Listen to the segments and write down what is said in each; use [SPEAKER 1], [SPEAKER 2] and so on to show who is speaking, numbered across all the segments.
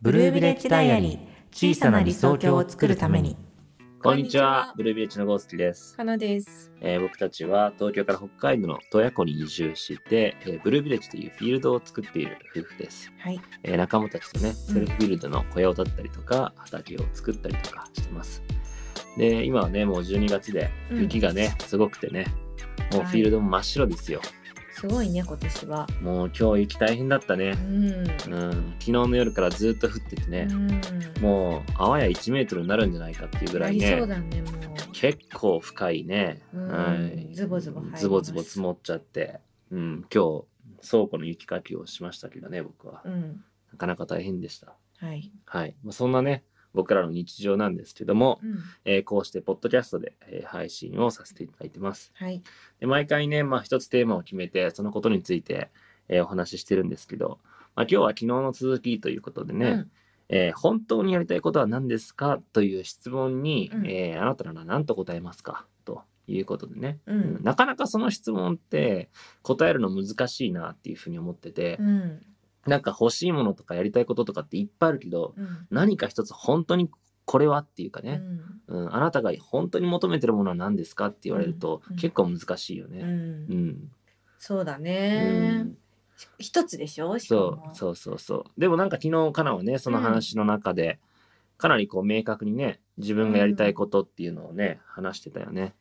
[SPEAKER 1] ビレッジダイアリー小さな理想郷を作るために
[SPEAKER 2] こんにちは、ブルービレッジのゴースキです、
[SPEAKER 3] かなです。
[SPEAKER 2] えー僕たちは東京から北海道の洞爺湖に移住して、えーブルービレッジというフィールドを作っている夫婦です。
[SPEAKER 3] はい。
[SPEAKER 2] えー仲間たちとね、セルフビルドの小屋を建ったりとか、畑を作ったりとかしてます。で、今はね、もう12月で
[SPEAKER 3] うん
[SPEAKER 2] 雪がね、すごくてね、もう
[SPEAKER 3] はい
[SPEAKER 2] フィールドも真っ白ですよ。
[SPEAKER 3] すごいね、今年は。
[SPEAKER 2] もう今日雪大変だったね
[SPEAKER 3] う。ん。
[SPEAKER 2] うん、昨日の夜からずっと降っててね、
[SPEAKER 3] うん。
[SPEAKER 2] もうあわや1メートルになるんじゃないかっていうぐらい
[SPEAKER 3] なり
[SPEAKER 2] ね
[SPEAKER 3] そう、だね、も
[SPEAKER 2] 結構深いね、
[SPEAKER 3] うん
[SPEAKER 2] はい
[SPEAKER 3] ズボズボ入ります
[SPEAKER 2] ズボズボ積もっちゃって、うん、今日倉庫の雪かきをしましたけどね僕は
[SPEAKER 3] う。うん。
[SPEAKER 2] なかなか大変でした
[SPEAKER 3] はい。
[SPEAKER 2] はい、まあ、そんなね僕らの日常なんですけども
[SPEAKER 3] う、ん。
[SPEAKER 2] えーこうしてポッドキャストで、えー配信をさせていただいてます
[SPEAKER 3] はい。
[SPEAKER 2] で毎回ね、まあ、一つテーマを決めてそのことについて、えーお話ししてるんですけど、まあ、今日は昨日の続きということでね、
[SPEAKER 3] うん
[SPEAKER 2] えー本当にやりたいことは何ですかという質問に、
[SPEAKER 3] うん
[SPEAKER 2] えーあなたなら何と答えますかということでね、
[SPEAKER 3] うん
[SPEAKER 2] うんなかなかその質問って答えるの難しいなっていうふうに思ってて
[SPEAKER 3] う、ん。
[SPEAKER 2] なんか欲しいものとかやりたいこととかっていっぱいあるけど、
[SPEAKER 3] うん。
[SPEAKER 2] 何か一つ本当にこれはっていうか
[SPEAKER 3] う
[SPEAKER 2] ね、
[SPEAKER 3] ん。
[SPEAKER 2] うんあなたが本当に求めてるものは何ですかって言われると、
[SPEAKER 3] うん
[SPEAKER 2] 結構難しいよ
[SPEAKER 3] う。
[SPEAKER 2] ね。うんん
[SPEAKER 3] そうだ
[SPEAKER 2] う
[SPEAKER 3] ね。
[SPEAKER 2] ん
[SPEAKER 3] 一つでしょしか
[SPEAKER 2] そ
[SPEAKER 3] も
[SPEAKER 2] うそうそうそうでもなんか昨日かなはねその話の中で、かなりこう明確にね自分がやりたいことっていうのをね、話してたよね。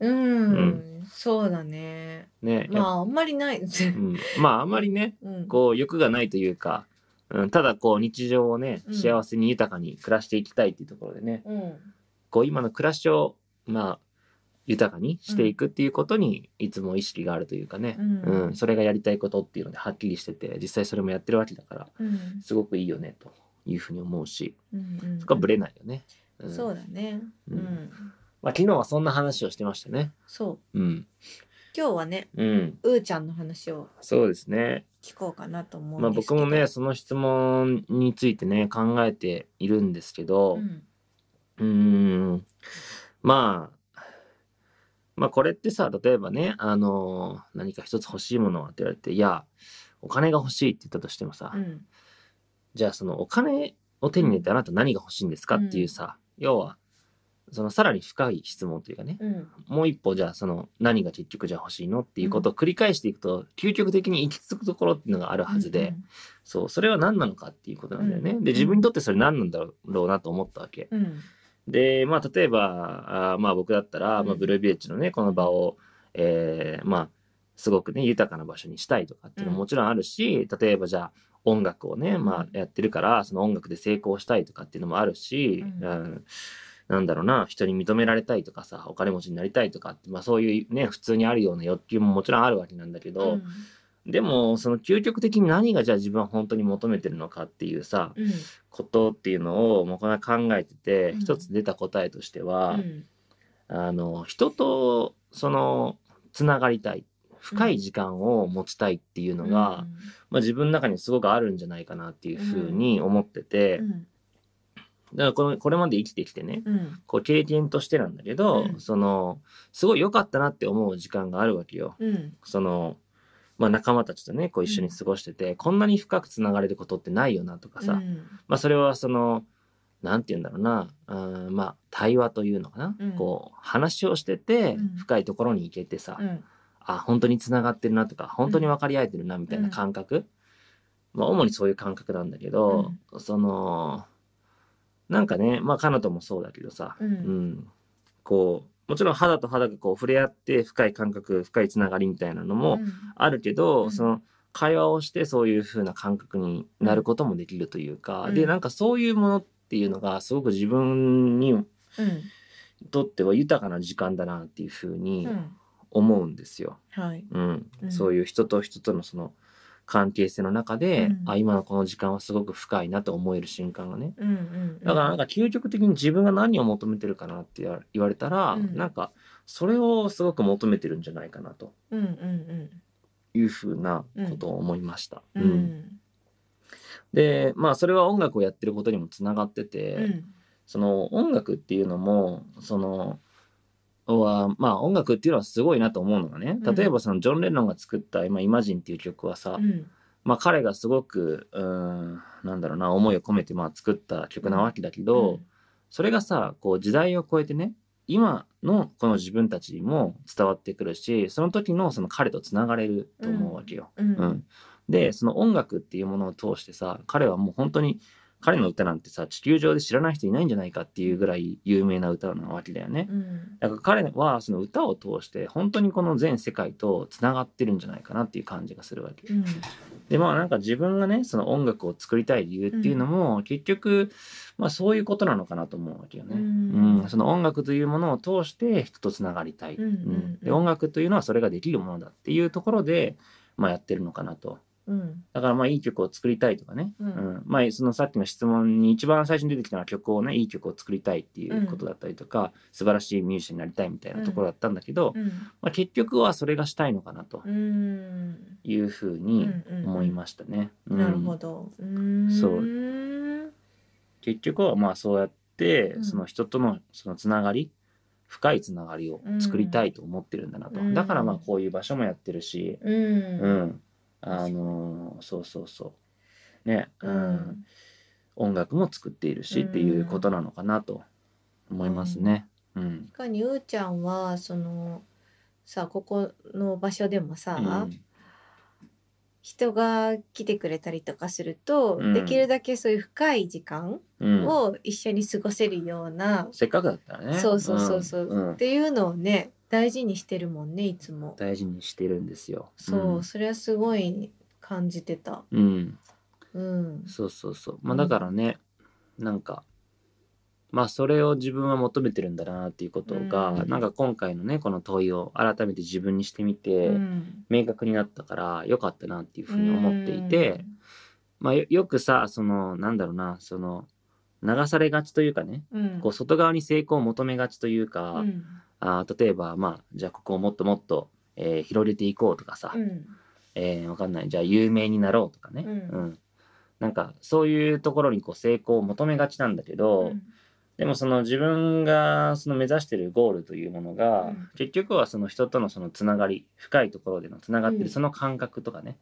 [SPEAKER 3] うん。そうだね。
[SPEAKER 2] ね
[SPEAKER 3] ま
[SPEAKER 2] やっ
[SPEAKER 3] あ、あんまりない。
[SPEAKER 2] ぱうん、まああんまりね
[SPEAKER 3] うん。
[SPEAKER 2] こう欲がないというか、うん、ただこう日常をね
[SPEAKER 3] うん
[SPEAKER 2] 幸せに豊かに暮らしていきたいっていうところでね、
[SPEAKER 3] うん。
[SPEAKER 2] こう今の暮らしをまあ豊かにしていくっていうことにいつも意識があるというかね、
[SPEAKER 3] うん
[SPEAKER 2] うん、それがやりたいことっていうのではっきりしてて実際それもやってるわけだから
[SPEAKER 3] うん。
[SPEAKER 2] すごくいいよねというふうに思うし。
[SPEAKER 3] うん。うん
[SPEAKER 2] そこはブレないよね。うん
[SPEAKER 3] そうだね。
[SPEAKER 2] う
[SPEAKER 3] うんん。
[SPEAKER 2] まあ、昨日はそんな話をしてましたね。
[SPEAKER 3] そう。
[SPEAKER 2] うん。
[SPEAKER 3] 今日はね、
[SPEAKER 2] うん。
[SPEAKER 3] うーちゃんの話を
[SPEAKER 2] そうですね。
[SPEAKER 3] 聞こうかなと思
[SPEAKER 2] ま
[SPEAKER 3] う
[SPEAKER 2] あ、
[SPEAKER 3] んですけ
[SPEAKER 2] 僕
[SPEAKER 3] ど。
[SPEAKER 2] もね、その質問についてね、考えているんですけど、う
[SPEAKER 3] うん。
[SPEAKER 2] ーん。まあ、まあ、これってさ、例えばね、あのー何か一つ欲しいものはって言われて、いや、お金が欲しいって言ったとしてもさ、
[SPEAKER 3] うん。
[SPEAKER 2] じゃあそのお金を手に入れてあなた何が欲しいんですかっていうさ、要は、そのさらに深い質問というかね、
[SPEAKER 3] うん。
[SPEAKER 2] もう一歩じゃあその何が結局じゃあ欲しいのっていうことを繰り返していくと、究極的に行き着くところっていうのがあるはずで、そうそれは何なのかっていうことなんだよね、
[SPEAKER 3] うん
[SPEAKER 2] で自分にとってそれ何なんだろうなと思ったわけ、
[SPEAKER 3] うん。うん。
[SPEAKER 2] でまあ例えばあーまあ僕だったら、
[SPEAKER 3] うん
[SPEAKER 2] まあ、ブルービレッジのねこの場を、えーまあすごくね豊かな場所にしたいとかっていうのも
[SPEAKER 3] うん
[SPEAKER 2] もちろんあるし、例えばじゃあ音楽をね、まあ
[SPEAKER 3] う、ん
[SPEAKER 2] やってるからその音楽で成功したいとかっていうのもあるし、
[SPEAKER 3] うん
[SPEAKER 2] うんなんだろうな人に認められたいとかさお金持ちになりたいとかって、まあ、そういうね普通にあるような欲求ももちろんあるわけなんだけど、でもその究極的に何がじゃあ自分は本当に求めてるのかっていうさ、
[SPEAKER 3] うん。
[SPEAKER 2] ことっていうのをもうこの間考えてて、
[SPEAKER 3] うん
[SPEAKER 2] 一つ出た答えとして
[SPEAKER 3] う
[SPEAKER 2] は、
[SPEAKER 3] ん。
[SPEAKER 2] あの人とそのつながりたい深い時間を持ちたいっていうのが、まあ、自分の中にすごくあるんじゃないかなっていうふうに思ってて、
[SPEAKER 3] うん。
[SPEAKER 2] だからこのこれまで生きてきてね
[SPEAKER 3] うん。
[SPEAKER 2] こう経験としてなんだけど、
[SPEAKER 3] うん
[SPEAKER 2] そのすごい良かったなって思う時間があるわけよ。
[SPEAKER 3] うん。
[SPEAKER 2] そのまあ、仲間たちとねこう一緒に過ごしてて、こんなに深くつながれることってないよなとかさ、
[SPEAKER 3] うん。
[SPEAKER 2] まあ、それはそのなんて言うんだろうなうんまあ対話というのかな、
[SPEAKER 3] うん
[SPEAKER 2] こう話をしてて
[SPEAKER 3] うん
[SPEAKER 2] 深いところに行けてさ、
[SPEAKER 3] うん。
[SPEAKER 2] あ本当につながってるなとか本当に分かり合えてるなみたいな感覚、まあ、主にそういう感覚なんだけど、そのなんかねまあカナともそうだけどさ、
[SPEAKER 3] うん
[SPEAKER 2] こうもちろん肌と肌がこう触れ合って深い感覚深いつながりみたいなのもあるけど、
[SPEAKER 3] うん
[SPEAKER 2] その会話をしてそういう風な感覚になることもできるというか、
[SPEAKER 3] うん
[SPEAKER 2] でなんかそういうものっていうのがすごく自分に
[SPEAKER 3] うん。
[SPEAKER 2] とっては豊かな時間だなっていう風に
[SPEAKER 3] うん。
[SPEAKER 2] 思うんですよ。
[SPEAKER 3] はい。
[SPEAKER 2] うん
[SPEAKER 3] うん
[SPEAKER 2] そういう人と人とのその関係性の中で、
[SPEAKER 3] うん
[SPEAKER 2] あ今のこの時間はすごく深いなと思える瞬間がね。
[SPEAKER 3] うん。うん。
[SPEAKER 2] だからなんか究極的に自分が何を求めてるかなって言わ言われたら、
[SPEAKER 3] うん
[SPEAKER 2] なんかそれをすごく求めてるんじゃないかなと
[SPEAKER 3] うん。うん。
[SPEAKER 2] いうふうなことを思いました。う
[SPEAKER 3] う
[SPEAKER 2] ん
[SPEAKER 3] ん。
[SPEAKER 2] でまあそれは音楽をやってることにもつながってて、
[SPEAKER 3] うん。
[SPEAKER 2] その音楽っていうのもそのはまあ音楽っていうのはすごいなと思うのがね
[SPEAKER 3] うん
[SPEAKER 2] 例えばそのジョン・レノンが作った「今イマジン」っていう曲はさ、
[SPEAKER 3] うん。
[SPEAKER 2] まあ、彼がすごくうーんなんだろうな思いを込めてまあ作った曲なわけだけど、
[SPEAKER 3] うん
[SPEAKER 2] それがさこう時代を超えてね今のこの自分たちにも伝わってくるしその時のその彼とつながれると思うわけよ。
[SPEAKER 3] うん
[SPEAKER 2] うんでその音楽っていうものを通してさ彼はもう本当に彼の歌なんてさ地球上で知らない人いないんじゃないかっていうぐらい有名な歌なわけだよね。
[SPEAKER 3] うん
[SPEAKER 2] だから彼はその歌を通して本当にこの全世界とつながってるんじゃないかなっていう感じがするわけ。
[SPEAKER 3] うん
[SPEAKER 2] でまあなんか自分がねその音楽を作りたい理由っていうのも、結局、まあ、そういうことなのかなと思うわけよね。
[SPEAKER 3] うん
[SPEAKER 2] うんその音楽というものを通して人とつながりたい、
[SPEAKER 3] うんうんうん
[SPEAKER 2] で音楽というのはそれができるものだっていうところで、まあ、やってるのかなと。
[SPEAKER 3] うん
[SPEAKER 2] だからまあいい曲を作りたいとかね、
[SPEAKER 3] うん
[SPEAKER 2] まあ、そのさっきの質問に一番最初に出てきたのは曲をねいい曲を作りたいっていうことだったりとか、素晴らしいミュージシャンになりたいみたいなところだったんだけど、
[SPEAKER 3] うん
[SPEAKER 2] まあ、結局はそれがしたいのかなと
[SPEAKER 3] うん
[SPEAKER 2] いうふうに思いましたね。うん
[SPEAKER 3] なるほどうーん
[SPEAKER 2] そう
[SPEAKER 3] うん
[SPEAKER 2] 結局はまあそうやって、
[SPEAKER 3] うん
[SPEAKER 2] その人とのそのつながり深いつながりを作りたいと思ってるんだなと、
[SPEAKER 3] うん
[SPEAKER 2] だからまあこういう場所もやってるし、うんあのーそうそうそうね、
[SPEAKER 3] うん
[SPEAKER 2] 音楽も作っているしっていうことなのかなと思いますね。うん
[SPEAKER 3] 確かにうーちゃんはそのさここの場所でもさ、人が来てくれたりとかすると、
[SPEAKER 2] うん
[SPEAKER 3] できるだけそういう深い時間
[SPEAKER 2] うんうん
[SPEAKER 3] を一緒に過ごせるような、
[SPEAKER 2] せっかくだったらね
[SPEAKER 3] そうそうそうそう、
[SPEAKER 2] んうん
[SPEAKER 3] っていうのをね大事にしてるもんねいつも。
[SPEAKER 2] 大事にしてるんですよ。
[SPEAKER 3] そう、それはすごい感じてた。
[SPEAKER 2] うん、うん
[SPEAKER 3] うん。
[SPEAKER 2] そうそうそう。まあ
[SPEAKER 3] うん
[SPEAKER 2] だからね、なんか、まあそれを自分は求めてるんだなっていうことが、
[SPEAKER 3] うん
[SPEAKER 2] なんか今回のね、この問いを改めて自分にしてみて、
[SPEAKER 3] うん
[SPEAKER 2] 明確になったから良かったなっていうふうに思っていて、、まあよよくさ、その、なんだろうな、その、流されがちというかね、
[SPEAKER 3] うん、
[SPEAKER 2] こう外側に成功を求めがちというか、
[SPEAKER 3] うん、
[SPEAKER 2] あー例えば、まあ、じゃあここをもっともっと、えー広げていこうとかさ、
[SPEAKER 3] うん、
[SPEAKER 2] えーわかんないじゃあ有名になろうとかね、
[SPEAKER 3] うん
[SPEAKER 2] なんかそういうところにこう成功を求めがちなんだけど、
[SPEAKER 3] うん
[SPEAKER 2] でもその自分がその目指してるゴールというものが、
[SPEAKER 3] うん
[SPEAKER 2] 結局はその人とのそのつながり深いところでのつながって
[SPEAKER 3] うん
[SPEAKER 2] るその感覚とかね、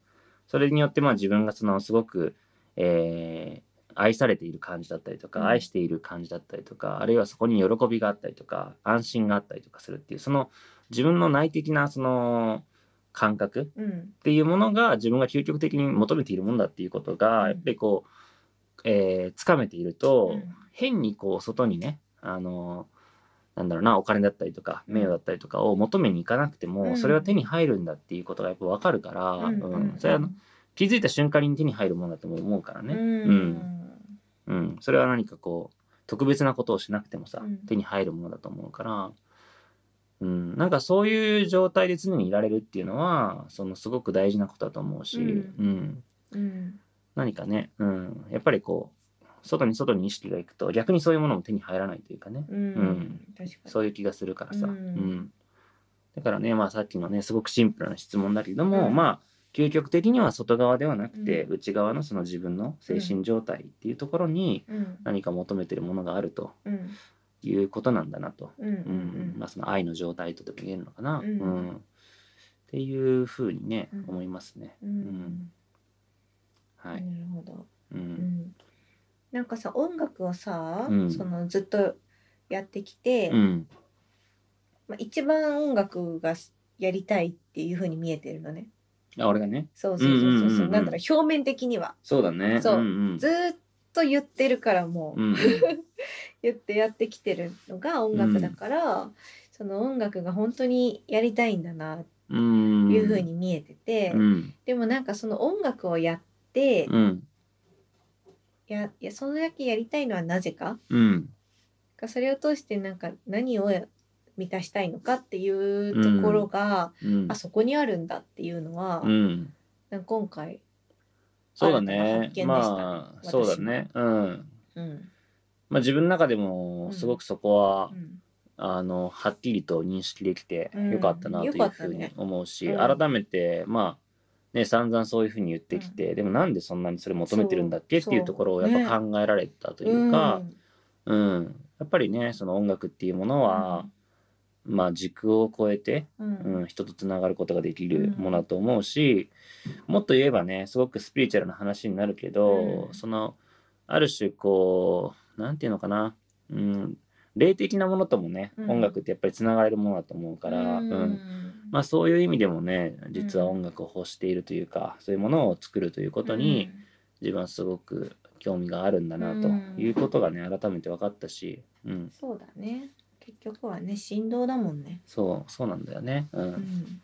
[SPEAKER 2] それによってまあ自分がそのすごく、えー愛されている感じだったりとか、
[SPEAKER 3] うん
[SPEAKER 2] 愛している感じだったりとかあるいはそこに喜びがあったりとか安心があったりとかするっていうその自分の内的なその感覚、
[SPEAKER 3] うん
[SPEAKER 2] っていうものが自分が究極的に求めているものだっていうことが、
[SPEAKER 3] うん
[SPEAKER 2] やっぱりこう、えー、掴めていると、
[SPEAKER 3] うん
[SPEAKER 2] 変にこう外にねあのなんだろうなお金だったりとか
[SPEAKER 3] うん
[SPEAKER 2] 名誉だったりとかを求めに行かなくても、
[SPEAKER 3] うん
[SPEAKER 2] それは手に入るんだっていうことがやっぱ分かるから、
[SPEAKER 3] うん
[SPEAKER 2] うんそれはあの気づいた瞬間に手に入るものだとも思うからね、
[SPEAKER 3] う
[SPEAKER 2] うん
[SPEAKER 3] ん
[SPEAKER 2] うんそれは何かこう特別なことをしなくてもさ、
[SPEAKER 3] うん
[SPEAKER 2] 手に入るものだと思うから、うん、なんかそういう状態で常にいられるっていうのはそのすごく大事なことだと思うし、
[SPEAKER 3] う
[SPEAKER 2] うんん
[SPEAKER 3] うん
[SPEAKER 2] 何かね、うん、やっぱりこう外に外に意識がいくと逆にそういうものも手に入らないというかね、
[SPEAKER 3] うん
[SPEAKER 2] ん
[SPEAKER 3] 確かに
[SPEAKER 2] そういう気がするからさ、
[SPEAKER 3] う
[SPEAKER 2] うんんだからね、まあ、さっきのねすごくシンプルな質問だけども、
[SPEAKER 3] うん
[SPEAKER 2] まあ究極的には外側ではなくて、
[SPEAKER 3] う
[SPEAKER 2] 内側のその自分の精神状態っていうところに
[SPEAKER 3] うん
[SPEAKER 2] 何か求めてるものがあると
[SPEAKER 3] うん
[SPEAKER 2] いうことなんだなと、
[SPEAKER 3] うんうん
[SPEAKER 2] うんまあ、その愛の状態とでも言えるのかな、
[SPEAKER 3] う
[SPEAKER 2] うんんっていうふうにね、
[SPEAKER 3] うん
[SPEAKER 2] 思いますね。
[SPEAKER 3] う
[SPEAKER 2] うん
[SPEAKER 3] ん
[SPEAKER 2] は、
[SPEAKER 3] ないるほど
[SPEAKER 2] う
[SPEAKER 3] うんんなんかさ音楽をさ
[SPEAKER 2] うん
[SPEAKER 3] そのずっとやってきて
[SPEAKER 2] うん
[SPEAKER 3] まあ一番音楽がやりたいっていう風に見えてるのね
[SPEAKER 2] あ俺がね
[SPEAKER 3] そうそうそうそ
[SPEAKER 2] う
[SPEAKER 3] う
[SPEAKER 2] んうんうんうん
[SPEAKER 3] なんだろう表面的には
[SPEAKER 2] そうだね
[SPEAKER 3] そうん
[SPEAKER 2] うん
[SPEAKER 3] ずーっと言ってるからもう
[SPEAKER 2] うん
[SPEAKER 3] 言ってやってきてるのが音楽だから、その音楽が本当にやりたいんだなって
[SPEAKER 2] うん
[SPEAKER 3] いう風に見えてて、
[SPEAKER 2] うん
[SPEAKER 3] でもなんかその音楽をやって、
[SPEAKER 2] うん
[SPEAKER 3] やいやそのだけやりたいのはなぜか
[SPEAKER 2] うん
[SPEAKER 3] かそれを通してなんか何を満たしたいのかっていうところが、
[SPEAKER 2] うん
[SPEAKER 3] あそこにあるんだっていうのは、
[SPEAKER 2] うん
[SPEAKER 3] なんか今回、
[SPEAKER 2] そうだ
[SPEAKER 3] 新たな
[SPEAKER 2] ね
[SPEAKER 3] 発見でした
[SPEAKER 2] まあ
[SPEAKER 3] 私も
[SPEAKER 2] そうだねうん
[SPEAKER 3] うん
[SPEAKER 2] まあ自分の中で
[SPEAKER 3] う
[SPEAKER 2] も
[SPEAKER 3] ん
[SPEAKER 2] すごくそこは、
[SPEAKER 3] うん
[SPEAKER 2] あのはっきりと認識できて
[SPEAKER 3] うん
[SPEAKER 2] よかったなと
[SPEAKER 3] よか
[SPEAKER 2] いう
[SPEAKER 3] った
[SPEAKER 2] ふ
[SPEAKER 3] ね
[SPEAKER 2] うに思うし、
[SPEAKER 3] うん
[SPEAKER 2] 改めてまあね散々そういうふうに言ってきて、でもなんでそんなにそれ求めてるんだっけ
[SPEAKER 3] そ
[SPEAKER 2] っ
[SPEAKER 3] う
[SPEAKER 2] ていうところを
[SPEAKER 3] そう
[SPEAKER 2] やっぱ考えられたというか、うんやっぱりねその音楽っていうものは、まあ、時空を超えて、
[SPEAKER 3] う
[SPEAKER 2] うんん、人とつながることができるものだと思うし、もっと言えばねすごくスピリチュアルな話になるけど、
[SPEAKER 3] うん
[SPEAKER 2] そのある種こうなんていうのかな、うん、霊的なものともね、
[SPEAKER 3] うん
[SPEAKER 2] 音楽ってやっぱりつながれるものだと思うから、
[SPEAKER 3] う
[SPEAKER 2] うん
[SPEAKER 3] ん
[SPEAKER 2] まあ、そういう意味でもね実は音楽を欲しているというか、そういうものを作るということに、自分はすごく興味があるんだなと
[SPEAKER 3] うん
[SPEAKER 2] いうことがね改めて分かったし、うん、
[SPEAKER 3] そうだね結局はね振動だもんね、
[SPEAKER 2] そうそうなんだよね、うん
[SPEAKER 3] うん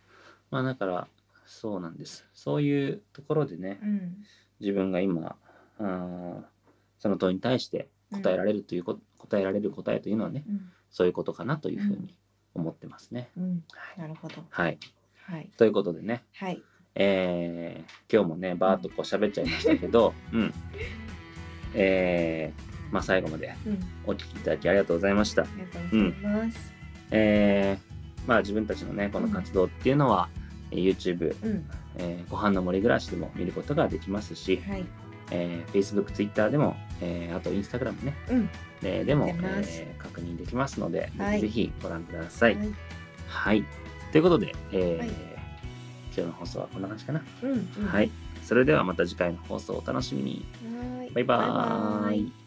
[SPEAKER 2] まあだからそうなんですそういうところでね
[SPEAKER 3] うん、
[SPEAKER 2] 自分が今あーその問いに対して答えられるというこ、答えられる答えというのはね
[SPEAKER 3] うん
[SPEAKER 2] そういうことかなというふうに思ってますね。
[SPEAKER 3] うん、なるほど
[SPEAKER 2] はい
[SPEAKER 3] はい
[SPEAKER 2] ということでね、
[SPEAKER 3] はい
[SPEAKER 2] えー今日もねバーッとこう喋っちゃいましたけど、うんえーまあ、最後まで
[SPEAKER 3] うん
[SPEAKER 2] お聞きいただきありがとうございました。
[SPEAKER 3] ありがとうございます
[SPEAKER 2] えーまあ、自分たちのねこの活動っていうのは、えー YouTube、
[SPEAKER 3] うん、
[SPEAKER 2] えーご飯の森暮らしでも見ることができますし、
[SPEAKER 3] はい
[SPEAKER 2] えー Facebook、Twitter でも、えーあと Instagram ね、
[SPEAKER 3] うん
[SPEAKER 2] えーでも、
[SPEAKER 3] やってます
[SPEAKER 2] えー確認できますので、
[SPEAKER 3] はい
[SPEAKER 2] ぜひぜひご覧ください。
[SPEAKER 3] は
[SPEAKER 2] はい、
[SPEAKER 3] い
[SPEAKER 2] ということで、えー
[SPEAKER 3] はい
[SPEAKER 2] 今日の放送はこんな感じかな。
[SPEAKER 3] うんうん
[SPEAKER 2] はい、それではまた次回の放送をお楽しみに。
[SPEAKER 3] はーい
[SPEAKER 2] バイバ
[SPEAKER 3] バイバー
[SPEAKER 2] ー
[SPEAKER 3] イ
[SPEAKER 2] イ